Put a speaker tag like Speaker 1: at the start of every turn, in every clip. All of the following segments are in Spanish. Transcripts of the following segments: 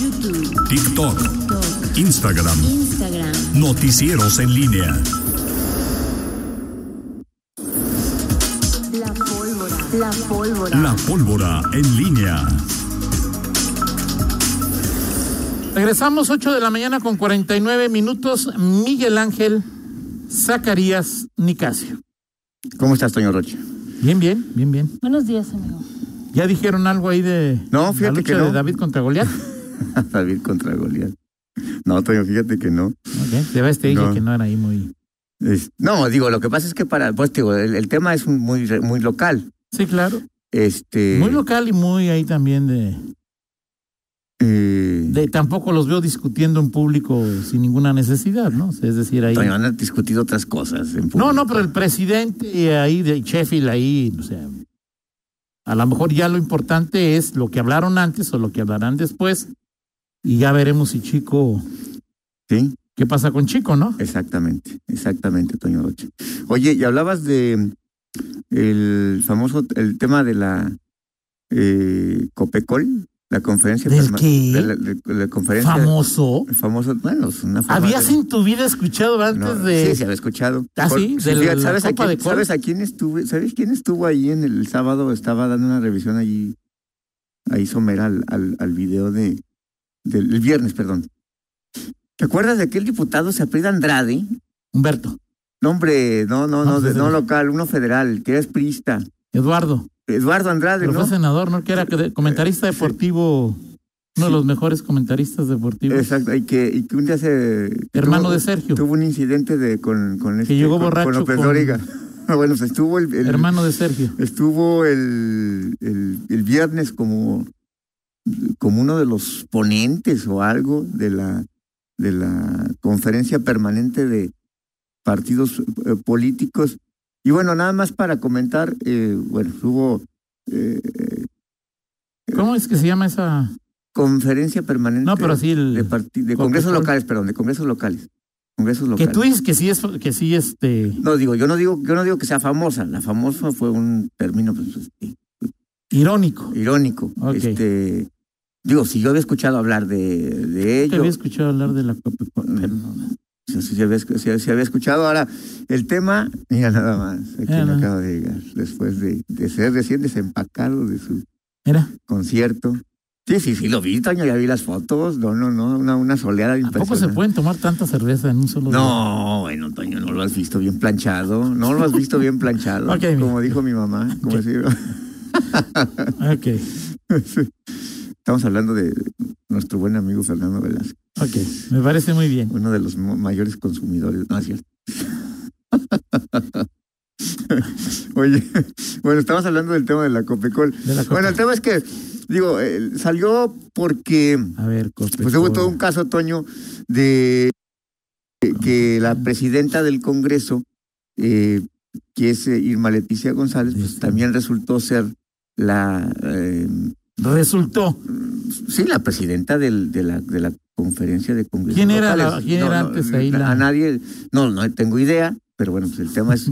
Speaker 1: YouTube,
Speaker 2: TikTok,
Speaker 1: TikTok,
Speaker 2: Instagram,
Speaker 1: Instagram.
Speaker 2: noticieros en línea.
Speaker 1: La pólvora. La pólvora.
Speaker 2: La pólvora en línea.
Speaker 3: Regresamos 8 de la mañana con 49 minutos. Miguel Ángel Zacarías Nicasio.
Speaker 4: ¿Cómo estás, Toño Rocha?
Speaker 3: Bien, bien, bien, bien.
Speaker 5: Buenos días, amigo.
Speaker 3: ¿Ya dijeron algo ahí de
Speaker 4: No, fíjate
Speaker 3: la
Speaker 4: que
Speaker 3: lucha
Speaker 4: no.
Speaker 3: de David contra Goliat?
Speaker 4: David contra Goliat. No, Toño, fíjate que no.
Speaker 3: Ok, Te ves, te dije
Speaker 4: No.
Speaker 3: este que no era ahí muy...
Speaker 4: Es- no, digo, lo que pasa es que para, pues digo, el, el tema es un muy, re- muy local.
Speaker 3: Sí, claro.
Speaker 4: Este,
Speaker 3: Muy local y muy ahí también de,
Speaker 4: eh,
Speaker 3: de... Tampoco los veo discutiendo en público sin ninguna necesidad, ¿no? O sea, Es decir, ahí...
Speaker 4: Toño, han discutido otras cosas. en
Speaker 3: No,
Speaker 4: público.
Speaker 3: no, pero el presidente eh, ahí de Sheffield, ahí, o sea, a lo mejor ya lo importante es lo que hablaron antes o lo que hablarán después. Y ya veremos si Chico,
Speaker 4: Sí,
Speaker 3: qué pasa con Chico, ¿no?
Speaker 4: exactamente, exactamente, Toño Rocha. Oye, y hablabas de el famoso, el tema de la eh, Copecol, la conferencia.
Speaker 3: ¿Del
Speaker 4: perma-
Speaker 3: qué?
Speaker 4: de la, de la conferencia.
Speaker 3: Famoso.
Speaker 4: el famoso, bueno, es una forma
Speaker 3: ¿Habías
Speaker 4: de-
Speaker 3: en tu vida escuchado
Speaker 4: No,
Speaker 3: antes de...?
Speaker 4: Sí, se había escuchado.
Speaker 3: Ah,
Speaker 4: Por-
Speaker 3: sí, de la-
Speaker 4: fíjate,
Speaker 3: la
Speaker 4: ¿sabes, a
Speaker 3: Copa
Speaker 4: quién,
Speaker 3: de Col.
Speaker 4: ¿Sabes a quién estuve? ¿Sabes quién estuvo ahí en el sábado? Estaba dando una revisión allí, ahí somera al, al, al video de, del el viernes, perdón. ¿Te acuerdas de aquel diputado Saprid Andrade?
Speaker 3: Humberto,
Speaker 4: No, hombre, no, no,
Speaker 3: No,
Speaker 4: no, de-
Speaker 3: pues,
Speaker 4: no
Speaker 3: es-
Speaker 4: local, uno federal, que es priista.
Speaker 3: Eduardo,
Speaker 4: Eduardo Andrade,
Speaker 3: pero fue
Speaker 4: ¿no?
Speaker 3: senador, ¿no? Que era que- comentarista deportivo, uno de los mejores comentaristas deportivos.
Speaker 4: Exacto, y que, y que un día se...
Speaker 3: Hermano
Speaker 4: tuvo-
Speaker 3: de Sergio,
Speaker 4: Tuvo un incidente de, con, con este,
Speaker 3: llegó
Speaker 4: con-
Speaker 3: borracho
Speaker 4: Con López
Speaker 3: con-
Speaker 4: Dóriga. Bueno, pues estuvo el, el,
Speaker 3: hermano de Sergio.
Speaker 4: Estuvo el, el, el viernes como, como uno de los ponentes o algo de la, de la conferencia permanente de partidos eh, políticos. Y bueno, nada más para comentar, eh, bueno, hubo eh,
Speaker 3: ¿Cómo es que se llama esa...?
Speaker 4: conferencia permanente
Speaker 3: No, pero sí el...
Speaker 4: de, parti- de congresos locales, perdón, de congresos locales. Congresos
Speaker 3: Que
Speaker 4: locales.
Speaker 3: tú dices que sí es, que sí este,
Speaker 4: No digo, yo no digo, yo no digo que sea famosa, la famosa fue un término pues, este,
Speaker 3: irónico.
Speaker 4: irónico.
Speaker 3: Ok.
Speaker 4: Este, digo, si yo había escuchado hablar de, de
Speaker 3: Te
Speaker 4: ello,
Speaker 3: había escuchado hablar de la Coca-Cola, pero no.
Speaker 4: si, si había, escu- si- si había escuchado. Ahora, el tema, mira nada más, aquí
Speaker 3: Mira
Speaker 4: me
Speaker 3: nada.
Speaker 4: acaba de llegar, después de, de ser recién desempacado de su
Speaker 3: Mira,
Speaker 4: concierto. Sí, sí, sí, lo vi, Toño, ya vi las fotos. No, no, no, una, una soleada
Speaker 3: ¿a poco se
Speaker 4: impresionante.
Speaker 3: pueden tomar tanta cerveza en un solo día?
Speaker 4: No, bueno, Toño, no lo has visto bien planchado. No lo has visto bien planchado.
Speaker 3: Ok, mira.
Speaker 4: como dijo mi mamá. Como
Speaker 3: Ok.
Speaker 4: si-
Speaker 3: Ah, Ok,
Speaker 4: Estamos hablando de nuestro buen amigo Fernando Velázquez.
Speaker 3: ok, me parece muy bien.
Speaker 4: Uno de los mo- mayores consumidores, no es cierto. Oye, bueno, estamos hablando del tema de la Copecol.
Speaker 3: De la Coca.
Speaker 4: Bueno, el tema es que, digo, eh, salió porque
Speaker 3: A ver, Coca-Cola.
Speaker 4: pues hubo todo un caso, Toño, de eh, que la presidenta del Congreso, eh, que es eh, Irma Leticia González,
Speaker 3: Sí,
Speaker 4: pues
Speaker 3: sí.
Speaker 4: también resultó ser la eh,
Speaker 3: Resultó.
Speaker 4: Sí, la presidenta del, de, la, de la conferencia de congresos.
Speaker 3: ¿Quién era
Speaker 4: locales.
Speaker 3: la- quién era antes ahí la-
Speaker 4: A nadie, no, no tengo idea, pero bueno, pues el tema es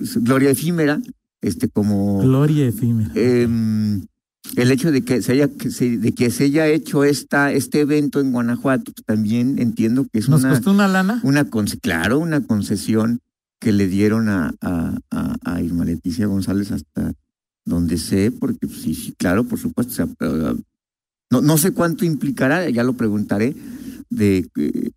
Speaker 4: es gloria efímera, este como
Speaker 3: Gloria efímera.
Speaker 4: em, el hecho de que se haya que se- de que se haya hecho esta este evento en Guanajuato, pues, también entiendo que es
Speaker 3: ¿Nos
Speaker 4: una
Speaker 3: costó una lana?
Speaker 4: una con- claro, una concesión que le dieron a, a, a, a Irma Leticia González hasta donde sé, porque pues, sí, sí, claro, por supuesto. o sea, pero, ah, no, no sé cuánto implicará, ya lo preguntaré, de eh,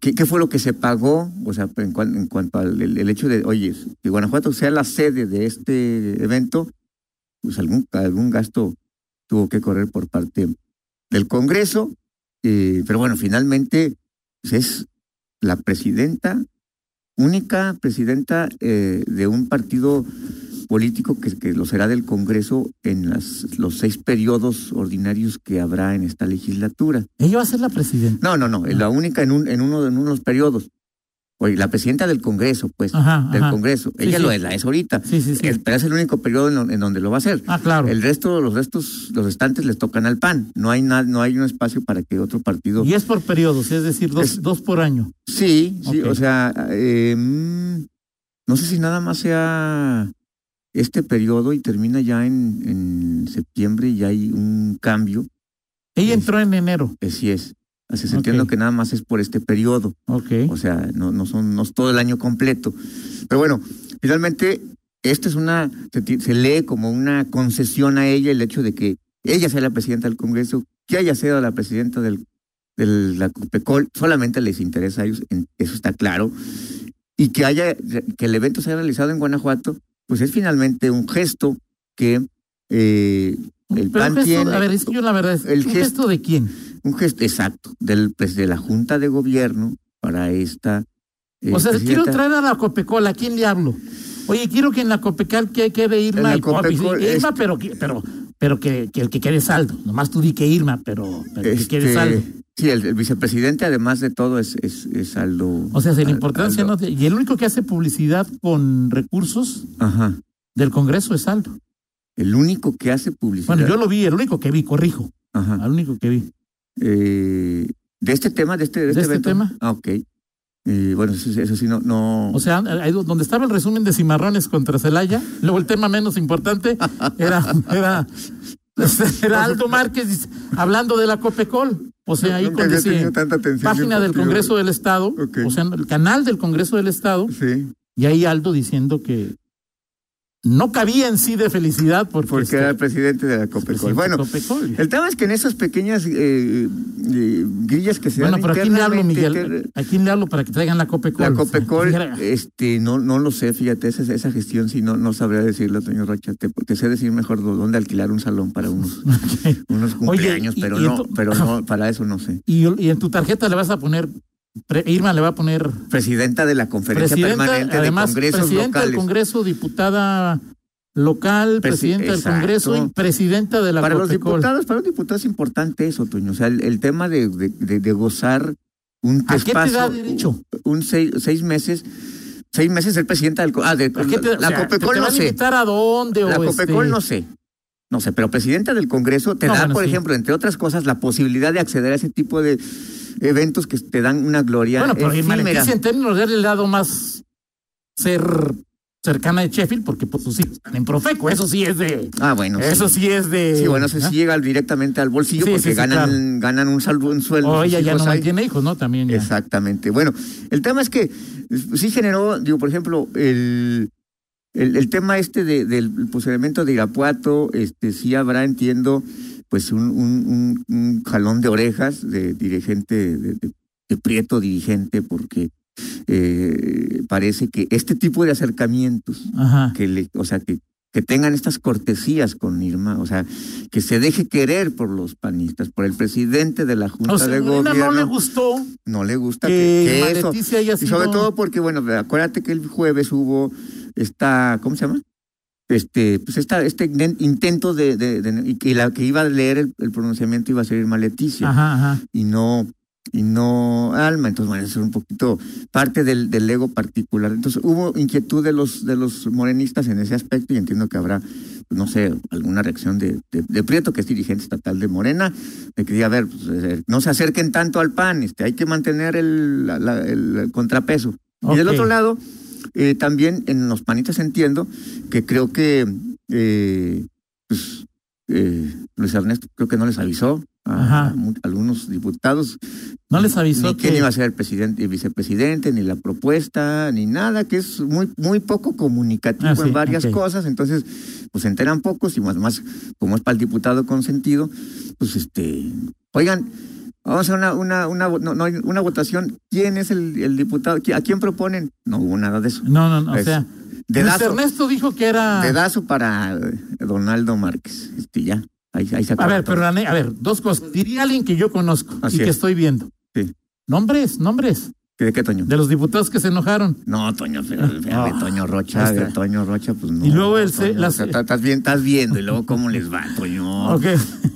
Speaker 4: qué, qué fue lo que se pagó, o sea, en, cuan- en cuanto al el, el hecho de, oye, que Guanajuato sea la sede de este evento, pues algún, algún gasto tuvo que correr por parte del Congreso, eh, pero bueno, finalmente pues, es la presidenta, única presidenta eh, de un partido político que, que lo será del Congreso en las, los seis periodos ordinarios que habrá en esta legislatura.
Speaker 3: Ella va a ser la presidenta.
Speaker 4: No, no, no, es la única en, un, en uno de en unos periodos. Oye, la presidenta del Congreso, pues,
Speaker 3: Ajá,
Speaker 4: del
Speaker 3: Ah, ajá.
Speaker 4: Congreso.
Speaker 3: Sí,
Speaker 4: Ella
Speaker 3: sí.
Speaker 4: lo es, la es ahorita.
Speaker 3: Sí, sí, sí.
Speaker 4: El- Pero es el único periodo en, lo- en donde lo va a hacer.
Speaker 3: Ah, claro.
Speaker 4: El resto, los restos, los restantes les tocan al PAN. No hay nada, no hay un espacio para que otro partido
Speaker 3: Y es por periodos, es decir, dos,
Speaker 4: Es-
Speaker 3: dos por año.
Speaker 4: Sí, sí,
Speaker 3: Ok.
Speaker 4: o sea, eh, mm, no sé si nada más sea este periodo y termina ya en, en septiembre y ya hay un cambio.
Speaker 3: Ella
Speaker 4: Es-
Speaker 3: entró en enero.
Speaker 4: Así es. Así se entiendo
Speaker 3: Ok.
Speaker 4: que nada más es por este periodo.
Speaker 3: Ok.
Speaker 4: O sea, no, no, son, no es todo el año completo. Pero bueno, finalmente, esta es una, se, ti- se lee como una concesión a ella el hecho de que ella sea la presidenta del Congreso, que haya sido la presidenta del, de la COPECOL, solamente les interesa a ellos, en- eso está claro. Y que haya, que el evento se haya realizado en Guanajuato, pues es finalmente un gesto que eh,
Speaker 3: Pero
Speaker 4: el PAN
Speaker 3: un gesto-
Speaker 4: tiene.
Speaker 3: a ver, es que yo la verdad es
Speaker 4: el
Speaker 3: ¿un
Speaker 4: gesto-
Speaker 3: gesto de quién.
Speaker 4: Un gesto exacto del, pues, de la Junta de Gobierno para esta. eh,
Speaker 3: o sea, quiero
Speaker 4: presidenta.
Speaker 3: traer a la Copecol, ¿a quién le hablo? Oye, quiero que en la Copecal que quede
Speaker 4: En
Speaker 3: Irma
Speaker 4: la
Speaker 3: y Popi, sí,
Speaker 4: Copecol,
Speaker 3: que Irma,
Speaker 4: este-
Speaker 3: pero que, pero, pero que, que, que quede saldo. Nomás tú di que Irma, pero, pero que quede
Speaker 4: Este,
Speaker 3: saldo.
Speaker 4: Sí, el, el vicepresidente, además de todo, es, es, es Aldo.
Speaker 3: O sea, si la
Speaker 4: Al-
Speaker 3: importancia
Speaker 4: Aldo-
Speaker 3: no te- Y el único que hace publicidad con recursos
Speaker 4: Ajá.
Speaker 3: del Congreso es saldo.
Speaker 4: El único que hace publicidad.
Speaker 3: Bueno, yo lo vi, el único que vi, corrijo.
Speaker 4: Ajá.
Speaker 3: El único que vi.
Speaker 4: Eh, de este tema, de este, de
Speaker 3: ¿De
Speaker 4: este
Speaker 3: este
Speaker 4: evento?
Speaker 3: tema?
Speaker 4: Ah, ok. Eh, bueno, eso, sí- eso sí, no. no...
Speaker 3: O sea, ahí do- donde estaba el resumen de Cimarrones contra Celaya, luego el tema menos importante era, era,
Speaker 4: Pues,
Speaker 3: era Aldo Márquez dice, hablando de la Copecol. O sea, ahí
Speaker 4: Nunca
Speaker 3: con
Speaker 4: había
Speaker 3: ese-
Speaker 4: tenido tanta atención de un
Speaker 3: página del
Speaker 4: partido.
Speaker 3: Congreso del Estado,
Speaker 4: Ok.
Speaker 3: o sea, el canal del Congreso del Estado,
Speaker 4: Sí,
Speaker 3: y ahí Aldo diciendo que no cabía en sí de felicidad porque,
Speaker 4: porque
Speaker 3: este,
Speaker 4: era el presidente de la
Speaker 3: presidente
Speaker 4: Copecol. Bueno,
Speaker 3: Copecol.
Speaker 4: el tema es que en esas pequeñas eh, eh, grillas que se
Speaker 3: Bueno,
Speaker 4: dan
Speaker 3: pero ¿a quién le hablo,
Speaker 4: internamente,
Speaker 3: Miguel?
Speaker 4: inter-
Speaker 3: ¿A quién le hablo para que traigan la Copecol?
Speaker 4: La
Speaker 3: O sea,
Speaker 4: Copecol,
Speaker 3: dijera,
Speaker 4: este, no, no lo sé, fíjate, esa, esa gestión sí no, no sabría decirlo, Toño Rocha. Te, te sé decir mejor dó- dónde alquilar un salón para unos, unos cumpleaños,
Speaker 3: y-
Speaker 4: pero
Speaker 3: y
Speaker 4: no,
Speaker 3: ento-
Speaker 4: pero no, para eso no sé.
Speaker 3: y, y en tu tarjeta le vas a poner, pre- Irma le va a poner
Speaker 4: Presidenta de la Conferencia
Speaker 3: presidenta,
Speaker 4: Permanente
Speaker 3: además,
Speaker 4: de Congresos
Speaker 3: presidenta del
Speaker 4: Locales.
Speaker 3: Congreso, diputada local, presidenta
Speaker 4: exacto.
Speaker 3: del Congreso y presidenta de la
Speaker 4: para los
Speaker 3: Copecol.
Speaker 4: diputados, para los diputados es importante eso, Toño. O sea, el, el tema de, de, de- de gozar un
Speaker 3: ¿A qué te da
Speaker 4: espacio,
Speaker 3: derecho?
Speaker 4: un seis, seis meses, seis meses ser presidenta del co- ah, de,
Speaker 3: ¿A qué te, o
Speaker 4: la
Speaker 3: sea,
Speaker 4: Copecol
Speaker 3: ¿te
Speaker 4: no
Speaker 3: van a
Speaker 4: sé.
Speaker 3: invitar a dónde?
Speaker 4: La
Speaker 3: o
Speaker 4: Copecol
Speaker 3: este,
Speaker 4: no sé. No sé, pero presidenta del Congreso te
Speaker 3: No,
Speaker 4: da,
Speaker 3: bueno,
Speaker 4: por
Speaker 3: sí.
Speaker 4: ejemplo, entre otras cosas, la posibilidad de acceder a ese tipo de eventos que te dan una gloria
Speaker 3: Bueno, pero Irma
Speaker 4: efímera.
Speaker 3: Leticia en términos de el lado más ser cercana de Sheffield, porque pues tus hijos están en Profeco, eso sí es de...
Speaker 4: Ah, bueno.
Speaker 3: eso sí es de...
Speaker 4: Sí, bueno, eso sí llega directamente al bolsillo
Speaker 3: Sí,
Speaker 4: porque
Speaker 3: sí, sí,
Speaker 4: ganan, ganan un, saldo, un sueldo.
Speaker 3: O
Speaker 4: sus
Speaker 3: Oh, ella ya
Speaker 4: hijos
Speaker 3: no
Speaker 4: ahí.
Speaker 3: mantiene hijos, ¿no? También ya.
Speaker 4: Exactamente. Bueno, el tema es que eh, sí generó, digo, por ejemplo, el, el, el tema este de- del procedimiento de Irapuato, este, sí habrá, entiendo, pues un, un, un, un jalón de orejas de dirigente, de, de- de prieto dirigente, porque eh, parece que este tipo de acercamientos
Speaker 3: Ajá.
Speaker 4: que le, o sea, que, que tengan estas cortesías con Irma, o sea, que se deje querer por los panistas, por el presidente de la Junta
Speaker 3: O sea,
Speaker 4: de
Speaker 3: Irma
Speaker 4: Gobierno.
Speaker 3: no le gustó
Speaker 4: No le gusta
Speaker 3: que,
Speaker 4: que, que
Speaker 3: Irma
Speaker 4: eso.
Speaker 3: Leticia haya
Speaker 4: Y
Speaker 3: sido...
Speaker 4: sobre todo porque, bueno, acuérdate que el jueves hubo esta, ¿cómo se llama? Este, pues esta, este inen- intento de, de- de- y que la que iba a leer el, el pronunciamiento iba a ser Irma Leticia
Speaker 3: Ajá, ajá.
Speaker 4: y no, y no Alma. Entonces, bueno, eso es un poquito parte del, del ego particular. Entonces, hubo inquietud de los, de los morenistas en ese aspecto y entiendo que habrá, pues, no sé, alguna reacción de, de, de Prieto, que es dirigente estatal de Morena, de que diga, a ver, pues, eh, no se acerquen tanto al PAN, este, hay que mantener el, la- la- el contrapeso. Y del
Speaker 3: Ok.
Speaker 4: otro lado, eh, también en los panitas entiendo que creo que eh, pues, eh, Luis Ernesto creo que no les avisó a,
Speaker 3: Ajá.
Speaker 4: a mu- algunos diputados.
Speaker 3: No les avisó
Speaker 4: Ni
Speaker 3: que...
Speaker 4: quién iba a ser el presidente y vicepresidente, ni la propuesta, ni nada, que es muy, muy poco comunicativo
Speaker 3: Ah, sí,
Speaker 4: en varias
Speaker 3: ok.
Speaker 4: cosas. Entonces, pues se enteran pocos y más, más como es para el diputado consentido, pues este, oigan. Vamos a hacer una, una, una, vo- no, no hay una votación. ¿Quién es el, el diputado? ¿Qui- ¿A quién proponen? No hubo nada de eso.
Speaker 3: No, no, no, o
Speaker 4: Es-
Speaker 3: sea... Luis
Speaker 4: Dedazo,
Speaker 3: Ernesto dijo que era...
Speaker 4: dedazo para eh, Donaldo Márquez. Este, ya. Ahí, ahí
Speaker 3: A
Speaker 4: se acaba
Speaker 3: ver,
Speaker 4: todo.
Speaker 3: pero la ne- a ver, dos cosas. Diría alguien que yo conozco
Speaker 4: Así
Speaker 3: y que
Speaker 4: es.
Speaker 3: estoy viendo.
Speaker 4: Sí.
Speaker 3: Nombres, nombres
Speaker 4: ¿De qué, Toño?
Speaker 3: de los diputados que se enojaron.
Speaker 4: No, Toño, pero, pero de
Speaker 3: Ah,
Speaker 4: Toño Rocha,
Speaker 3: ahí
Speaker 4: de
Speaker 3: está.
Speaker 4: Toño Rocha, pues no.
Speaker 3: Y luego el se-
Speaker 4: Toño,
Speaker 3: las-
Speaker 4: o sea, estás- estás bien, estás viendo, y luego cómo les va, Toño.
Speaker 3: Ok.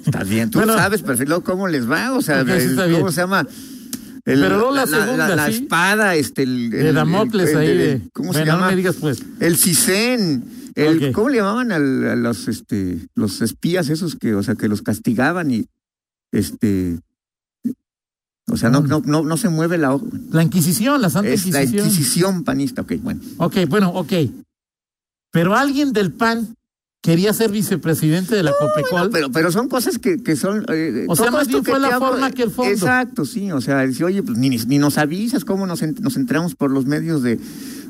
Speaker 4: Estás bien, tú
Speaker 3: Bueno.
Speaker 4: sabes, pero luego cómo les va, o sea,
Speaker 3: Ok, sí
Speaker 4: el-
Speaker 3: está
Speaker 4: ¿cómo
Speaker 3: bien.
Speaker 4: se llama? El-
Speaker 3: Pero luego la segunda,
Speaker 4: la
Speaker 3: ¿sí?
Speaker 4: espada, este, el, el-
Speaker 3: de Damocles
Speaker 4: el- el-
Speaker 3: ahí.
Speaker 4: el-
Speaker 3: de-
Speaker 4: ¿Cómo se
Speaker 3: bueno,
Speaker 4: llama?
Speaker 3: No me digas pues.
Speaker 4: El CISEN. El,
Speaker 3: Ok.
Speaker 4: ¿Cómo le llamaban al- a los, este, los espías esos que, o sea, que los castigaban y, este, o sea, no,
Speaker 3: Mm.
Speaker 4: no, no, no se mueve la hoja.
Speaker 3: La Inquisición, la Santa
Speaker 4: Es la
Speaker 3: Inquisición.
Speaker 4: Inquisición panista, ok, bueno.
Speaker 3: Ok, bueno, ok. Pero alguien del PAN quería ser vicepresidente de la Copecol.
Speaker 4: Pero, pero son cosas que, que son. eh,
Speaker 3: O sea,
Speaker 4: todo
Speaker 3: más
Speaker 4: esto
Speaker 3: bien fue
Speaker 4: te
Speaker 3: la
Speaker 4: hablo,
Speaker 3: forma
Speaker 4: eh,
Speaker 3: que el fondo.
Speaker 4: Exacto, sí. O sea, decir, oye, pues ni, ni nos avisas cómo nos, ent- nos entramos por los medios de,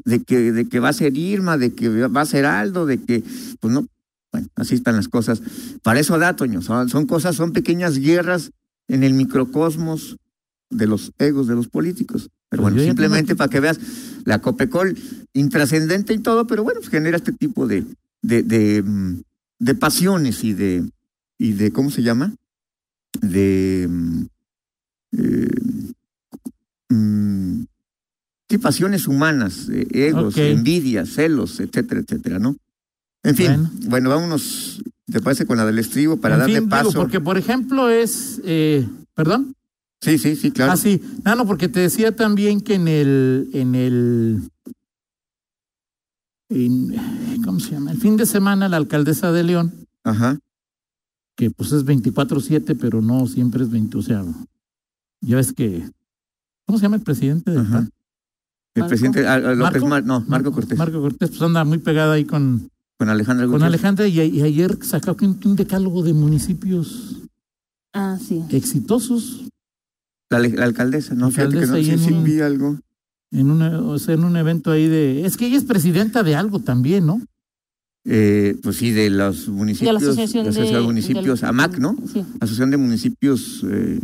Speaker 4: de, que, de que va a ser Irma, de que va a ser Aldo, de que. Pues no. Bueno, así están las cosas. Para eso da, Toño. Son, son cosas, son pequeñas guerras en el microcosmos de los egos de los políticos.
Speaker 3: Pues
Speaker 4: Pero bueno,
Speaker 3: yo ya
Speaker 4: simplemente
Speaker 3: tengo-
Speaker 4: para que veas, la Copecol, intrascendente y todo, pero bueno, pues genera este tipo de, de, de, mm, de pasiones y de, y de, ¿cómo se llama? De... mm, eh, mm, sí, pasiones humanas, eh, egos,
Speaker 3: Ok.
Speaker 4: envidias, celos, etcétera, etcétera, ¿no? En fin,
Speaker 3: Bueno.
Speaker 4: bueno, vámonos, ¿te parece con la del estribo para
Speaker 3: En
Speaker 4: darle
Speaker 3: fin, digo,
Speaker 4: paso?
Speaker 3: porque, por ejemplo, es. eh, ¿Perdón?
Speaker 4: Sí, sí, sí, claro.
Speaker 3: Ah, sí. No, no, porque te decía también que en el. En el en- ¿Cómo se llama? El fin de semana, la alcaldesa de León,
Speaker 4: Ajá.
Speaker 3: que pues es 24-7, pero no siempre es 20. O sea, ya ves que. ¿Cómo se llama el presidente del
Speaker 4: Ajá.
Speaker 3: PAN?
Speaker 4: El
Speaker 3: Marco.
Speaker 4: presidente ah, ah, López
Speaker 3: ¿Marco?
Speaker 4: Mar- no, Marco Cortés,
Speaker 3: Marco Cortés, pues anda muy pegada ahí con,
Speaker 4: con Alejandra
Speaker 3: con
Speaker 4: Gutiérrez.
Speaker 3: Alejandra y, a- y ayer sacó un, un decálogo de municipios
Speaker 1: Ah, sí.
Speaker 3: exitosos
Speaker 4: La, ale- la alcaldesa, no, fíjate que
Speaker 3: Alcaldesa
Speaker 4: no,
Speaker 3: ahí
Speaker 4: sí,
Speaker 3: en
Speaker 4: sí
Speaker 3: un-
Speaker 4: vi algo.
Speaker 3: en, una, o sea, en un evento ahí de... Es que ella es presidenta de algo también, ¿no?
Speaker 4: Eh, pues sí, de los municipios.
Speaker 5: de la Asociación de,
Speaker 4: Asociación Municipios,
Speaker 5: del-
Speaker 4: AMAC, ¿no?
Speaker 5: Sí.
Speaker 4: Asociación de Municipios, eh,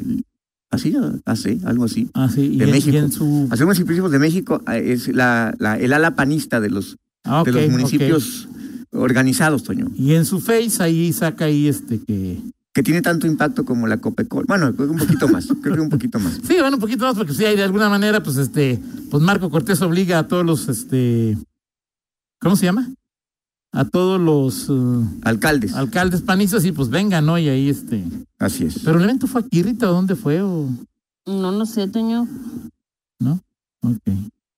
Speaker 4: así, así, algo así.
Speaker 3: Ah, sí. Y,
Speaker 4: De
Speaker 3: en, y
Speaker 4: México.
Speaker 3: en su...
Speaker 4: Asociación de Municipios de México eh, es la, la, el ala panista de los,
Speaker 3: Ah,
Speaker 4: de
Speaker 3: ok,
Speaker 4: los
Speaker 3: ok.
Speaker 4: municipios organizados, Toño,
Speaker 3: Y en su face ahí saca ahí este que.
Speaker 4: que tiene tanto impacto como la Copecol. Bueno, creo que un poquito más, creo que un poquito más.
Speaker 3: Sí, bueno, un poquito más porque sí hay de alguna manera, pues este, pues Marco Cortés obliga a todos los este ¿cómo se llama? A todos los eh,
Speaker 4: Alcaldes,
Speaker 3: alcaldes panistas y pues vengan, ¿no? Y ahí este.
Speaker 4: así es.
Speaker 3: Pero el evento fue aquí, Rita, ¿o ¿dónde fue? O...
Speaker 5: No, no sé, Toño.
Speaker 3: Ok.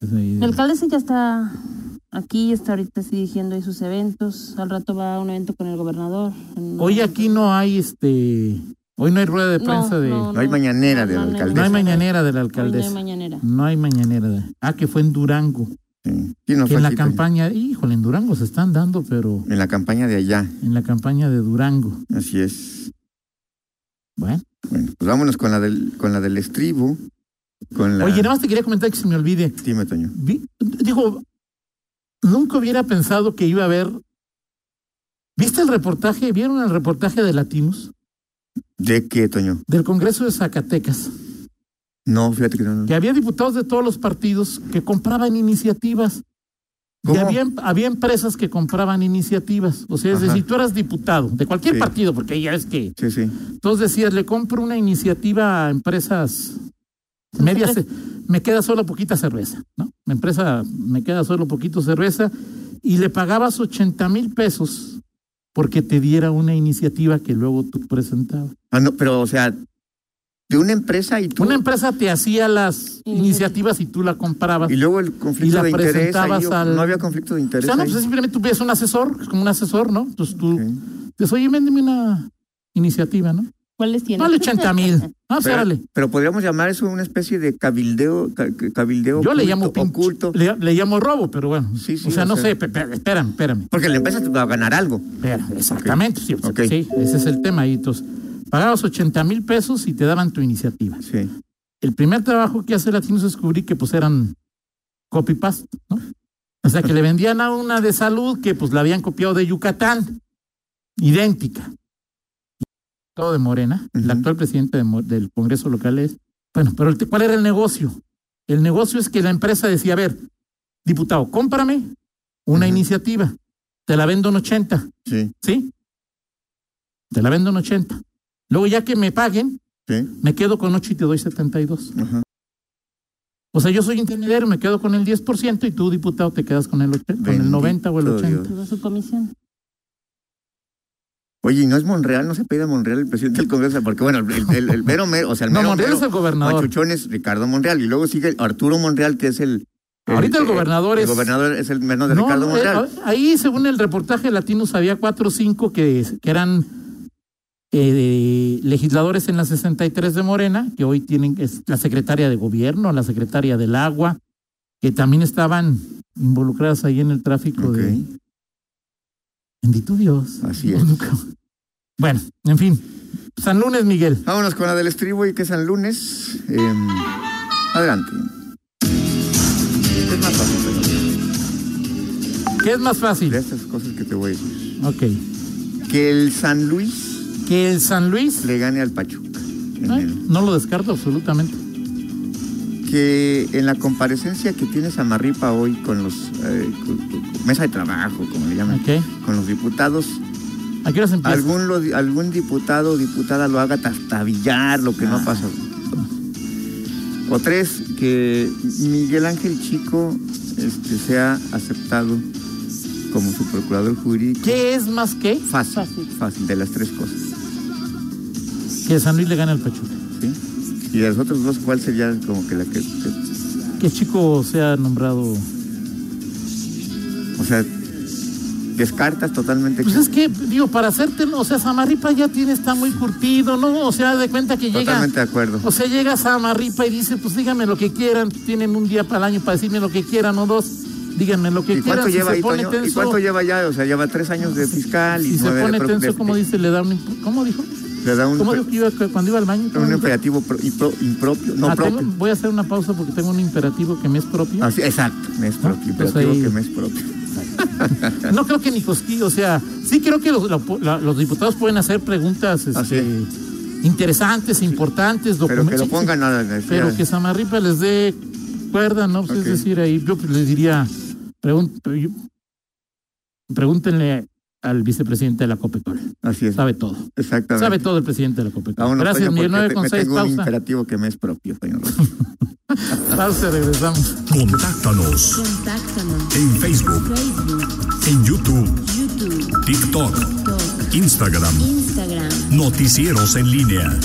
Speaker 3: es ahí
Speaker 5: El
Speaker 3: de-
Speaker 5: alcalde sí ya está aquí, está ahorita sí dirigiendo ahí sus eventos. Al rato va a un evento con el gobernador. en-
Speaker 3: Hoy aquí no hay este. Hoy no hay rueda de
Speaker 5: No,
Speaker 3: prensa de. No,
Speaker 5: no,
Speaker 4: No hay mañanera de la
Speaker 5: no, no,
Speaker 4: alcaldesa.
Speaker 3: hay mañanera de la
Speaker 5: Hoy no hay
Speaker 3: alcaldesa.
Speaker 5: mañanera.
Speaker 3: No hay mañanera. de- Ah, que fue en Durango.
Speaker 4: Sí. Sí, no
Speaker 3: que
Speaker 4: fue
Speaker 3: en la
Speaker 4: aquí, Toño.
Speaker 3: campaña, híjole, en Durango se están dando, pero
Speaker 4: En la campaña de allá,
Speaker 3: en la campaña de Durango.
Speaker 4: así es.
Speaker 3: Bueno.
Speaker 4: Bueno, pues vámonos con la del, con la del estribo. Con la...
Speaker 3: Oye, nada más te quería comentar que se me olvide.
Speaker 4: Dime, Toño.
Speaker 3: Vi- digo, nunca hubiera pensado que iba a haber. ¿Viste el reportaje? ¿Vieron el reportaje de Latinos?
Speaker 4: ¿De qué, Toño?
Speaker 3: Del Congreso de Zacatecas.
Speaker 4: No, fíjate que no. no.
Speaker 3: Que había diputados de todos los partidos que compraban iniciativas. Y
Speaker 4: ¿Cómo?
Speaker 3: había, había empresas que compraban iniciativas. O sea, es
Speaker 4: Ajá.
Speaker 3: decir, tú eras diputado de cualquier
Speaker 4: Sí.
Speaker 3: partido, porque ya es que.
Speaker 4: Sí, sí.
Speaker 3: Entonces decías, le compro una iniciativa a empresas medias, me queda solo poquita cerveza, ¿no? Mi empresa me queda solo poquito cerveza y le pagabas 80 mil pesos porque te diera una iniciativa que luego tú presentabas.
Speaker 4: Ah, no, pero, o sea, de una empresa y tú.
Speaker 3: Una empresa te hacía las
Speaker 5: Iniciativa.
Speaker 3: iniciativas y tú la comprabas.
Speaker 4: Y luego el
Speaker 3: Y
Speaker 4: conflicto
Speaker 3: la
Speaker 4: de interés. ahí,
Speaker 3: presentabas
Speaker 4: o-
Speaker 3: al-
Speaker 4: No había conflicto de
Speaker 3: o
Speaker 4: interés.
Speaker 3: sea, no,
Speaker 4: ahí.
Speaker 3: pues simplemente tú pides un asesor, como un asesor, ¿no? Entonces tú
Speaker 4: Ok.
Speaker 3: dices, oye, véndeme una iniciativa, ¿no?
Speaker 5: ¿Cuáles tiene?
Speaker 3: Vale 80 mil. Ah, sí,
Speaker 4: Pero,
Speaker 3: órale.
Speaker 4: pero podríamos llamar eso una especie de cabildeo. ca- ca- cabildeo
Speaker 3: Yo le
Speaker 4: oculto-
Speaker 3: llamo pinche-
Speaker 4: oculto.
Speaker 3: Le, le llamo robo, pero bueno.
Speaker 4: Sí, sí,
Speaker 3: o sea,
Speaker 4: o
Speaker 3: no
Speaker 4: sea-
Speaker 3: sé, pe- pe- espérame, espérame.
Speaker 4: Porque la empresa te va a ganar algo.
Speaker 3: Espera, exactamente, sí,
Speaker 4: Ok.
Speaker 3: sí, ese es el tema. Y entonces, pagabas 80 mil pesos y te daban tu iniciativa.
Speaker 4: Sí.
Speaker 3: El primer trabajo que hace Latinos es descubrir que pues eran copy-paste, ¿no? O sea, que le vendían a una de salud que pues la habían copiado de Yucatán, idéntica. Todo de Morena, el
Speaker 4: Ujú.
Speaker 3: actual presidente de Mo- del Congreso local es. Bueno, pero el te- ¿cuál era el negocio? El negocio es que la empresa decía, a ver, diputado, cómprame una
Speaker 4: Ujú.
Speaker 3: iniciativa, te la vendo en 80.
Speaker 4: Sí.
Speaker 3: ¿sí? Te la vendo en 80. Luego ya que me paguen,
Speaker 4: Sí.
Speaker 3: me quedo con 8 y te doy 72.
Speaker 4: Ajá.
Speaker 3: O sea, yo soy intermediario, me quedo con el 10% y tú, diputado, te quedas con el, och- con el 90 o el
Speaker 4: Bendito
Speaker 3: 80.
Speaker 4: Dios.
Speaker 5: Tuvo su comisión.
Speaker 4: Oye, ¿y no es Monreal? ¿No se pide a Monreal el presidente del Congreso? Porque, bueno, el, el, el- el mero mero, o sea, el
Speaker 3: No,
Speaker 4: mero
Speaker 3: Monreal
Speaker 4: mero
Speaker 3: es el gobernador.
Speaker 4: machuchón es Ricardo Monreal. Y luego sigue Arturo Monreal, que es el...
Speaker 3: Ahorita el gobernador
Speaker 4: eh, el
Speaker 3: es-
Speaker 4: gobernador es el hermano de
Speaker 3: No,
Speaker 4: Ricardo
Speaker 3: eh,
Speaker 4: Monreal.
Speaker 3: ahí, según el reportaje latino, había 4 o 5 que, que eran eh, legisladores en la 63 de Morena, que hoy tienen es la secretaria de gobierno, la secretaria del agua, que también estaban involucradas ahí en el tráfico
Speaker 4: Ok.
Speaker 3: de, Bendito Dios.
Speaker 4: Así es.
Speaker 3: Nunca- Bueno, en fin. San Lunes, Miguel.
Speaker 4: Vámonos con la del estribo y que es el lunes. Em, adelante. Es más fácil, pero
Speaker 3: ¿Qué es más
Speaker 4: de
Speaker 3: fácil?
Speaker 4: estas cosas que te voy a decir.
Speaker 3: Ok.
Speaker 4: Que el San Luis
Speaker 3: Que el San Luis.
Speaker 4: le gane al Pachuca. en
Speaker 3: Ay,
Speaker 4: el-
Speaker 3: no lo descarto absolutamente.
Speaker 4: que en la comparecencia que tiene Samarripa hoy con los eh, con- con- con- mesa de trabajo, como le llaman,
Speaker 3: Ok.
Speaker 4: con los diputados,
Speaker 3: ¿A qué hora se empieza?
Speaker 4: algún lo- algún diputado o diputada lo haga tastabillar, lo que
Speaker 3: Ah.
Speaker 4: no ha pasado. O tres, que Miguel Ángel Chico este, sea aceptado como su procurador jurídico.
Speaker 3: ¿Qué es más que?
Speaker 4: Fácil, fácil,
Speaker 5: Fácil.
Speaker 4: de las tres cosas.
Speaker 3: Que San Luis le gane al Pachuca.
Speaker 4: ¿sí? Y de las otras dos, ¿cuál sería como que la que- que
Speaker 3: Que Chico sea nombrado.
Speaker 4: O sea, descartas totalmente.
Speaker 3: Pues es que, digo, para hacerte, o sea, Samarripa ya tiene, está muy curtido, ¿no? O sea, de cuenta que llega.
Speaker 4: totalmente de acuerdo.
Speaker 3: O sea, llega Samarripa y dice, pues díganme lo que quieran, tienen un día para el año para decirme lo que quieran o dos, díganme lo que
Speaker 4: ¿Y
Speaker 3: quieran.
Speaker 4: cuánto
Speaker 3: Si
Speaker 4: lleva
Speaker 3: se
Speaker 4: ahí,
Speaker 3: pone
Speaker 4: Toño? ¿Y
Speaker 3: tenso,
Speaker 4: cuánto lleva ya? O sea, lleva tres años de fiscal y
Speaker 3: si se
Speaker 4: nueve de
Speaker 3: pone
Speaker 4: pro-
Speaker 3: tenso,
Speaker 4: de-
Speaker 3: como dice, le da un... imp- ¿Cómo dijo?
Speaker 4: Le da un,
Speaker 3: ¿Cómo
Speaker 4: pre-
Speaker 3: dijo que iba cu- cuando iba al baño? ¿Cómo
Speaker 4: un
Speaker 3: dijo?
Speaker 4: imperativo pro- y pro- impropio, no
Speaker 3: Ah, tengo-
Speaker 4: propio. Ah,
Speaker 3: voy a hacer una pausa porque tengo un imperativo que me es propio.
Speaker 4: Así, exacto, me es propio,
Speaker 3: pues
Speaker 4: imperativo
Speaker 3: ahí-
Speaker 4: que me es propio.
Speaker 3: No creo que ni cosquillo, o sea, sí creo que los, la- la- los diputados pueden hacer preguntas este,
Speaker 4: Así es.
Speaker 3: interesantes, importantes,
Speaker 4: Pero que
Speaker 3: documentos.
Speaker 4: lo pongan a la
Speaker 3: Pero que Samarripa les dé cuerda, ¿no? Pues,
Speaker 4: Ok.
Speaker 3: Es decir, ahí yo pues, les diría, pregun- yo- pregúntenle al vicepresidente de la Copecol.
Speaker 4: Así es,
Speaker 3: Sabe todo.
Speaker 4: exactamente.
Speaker 3: Sabe todo el presidente de la Copecol.
Speaker 4: Vámonos,
Speaker 3: Gracias,
Speaker 4: Toño,
Speaker 3: Miguel.
Speaker 4: porque
Speaker 3: 9
Speaker 4: te-
Speaker 3: con
Speaker 4: me
Speaker 3: 6,
Speaker 4: tengo un
Speaker 3: pausa.
Speaker 4: imperativo que me es propio, Toño Rocha.
Speaker 3: Pausa, regresamos.
Speaker 2: Contáctanos
Speaker 1: Contáctanos.
Speaker 2: en Facebook,
Speaker 1: Facebook,
Speaker 2: en YouTube,
Speaker 1: YouTube,
Speaker 2: TikTok,
Speaker 1: Talk,
Speaker 2: Instagram.
Speaker 1: Instagram.
Speaker 2: Noticieros en línea.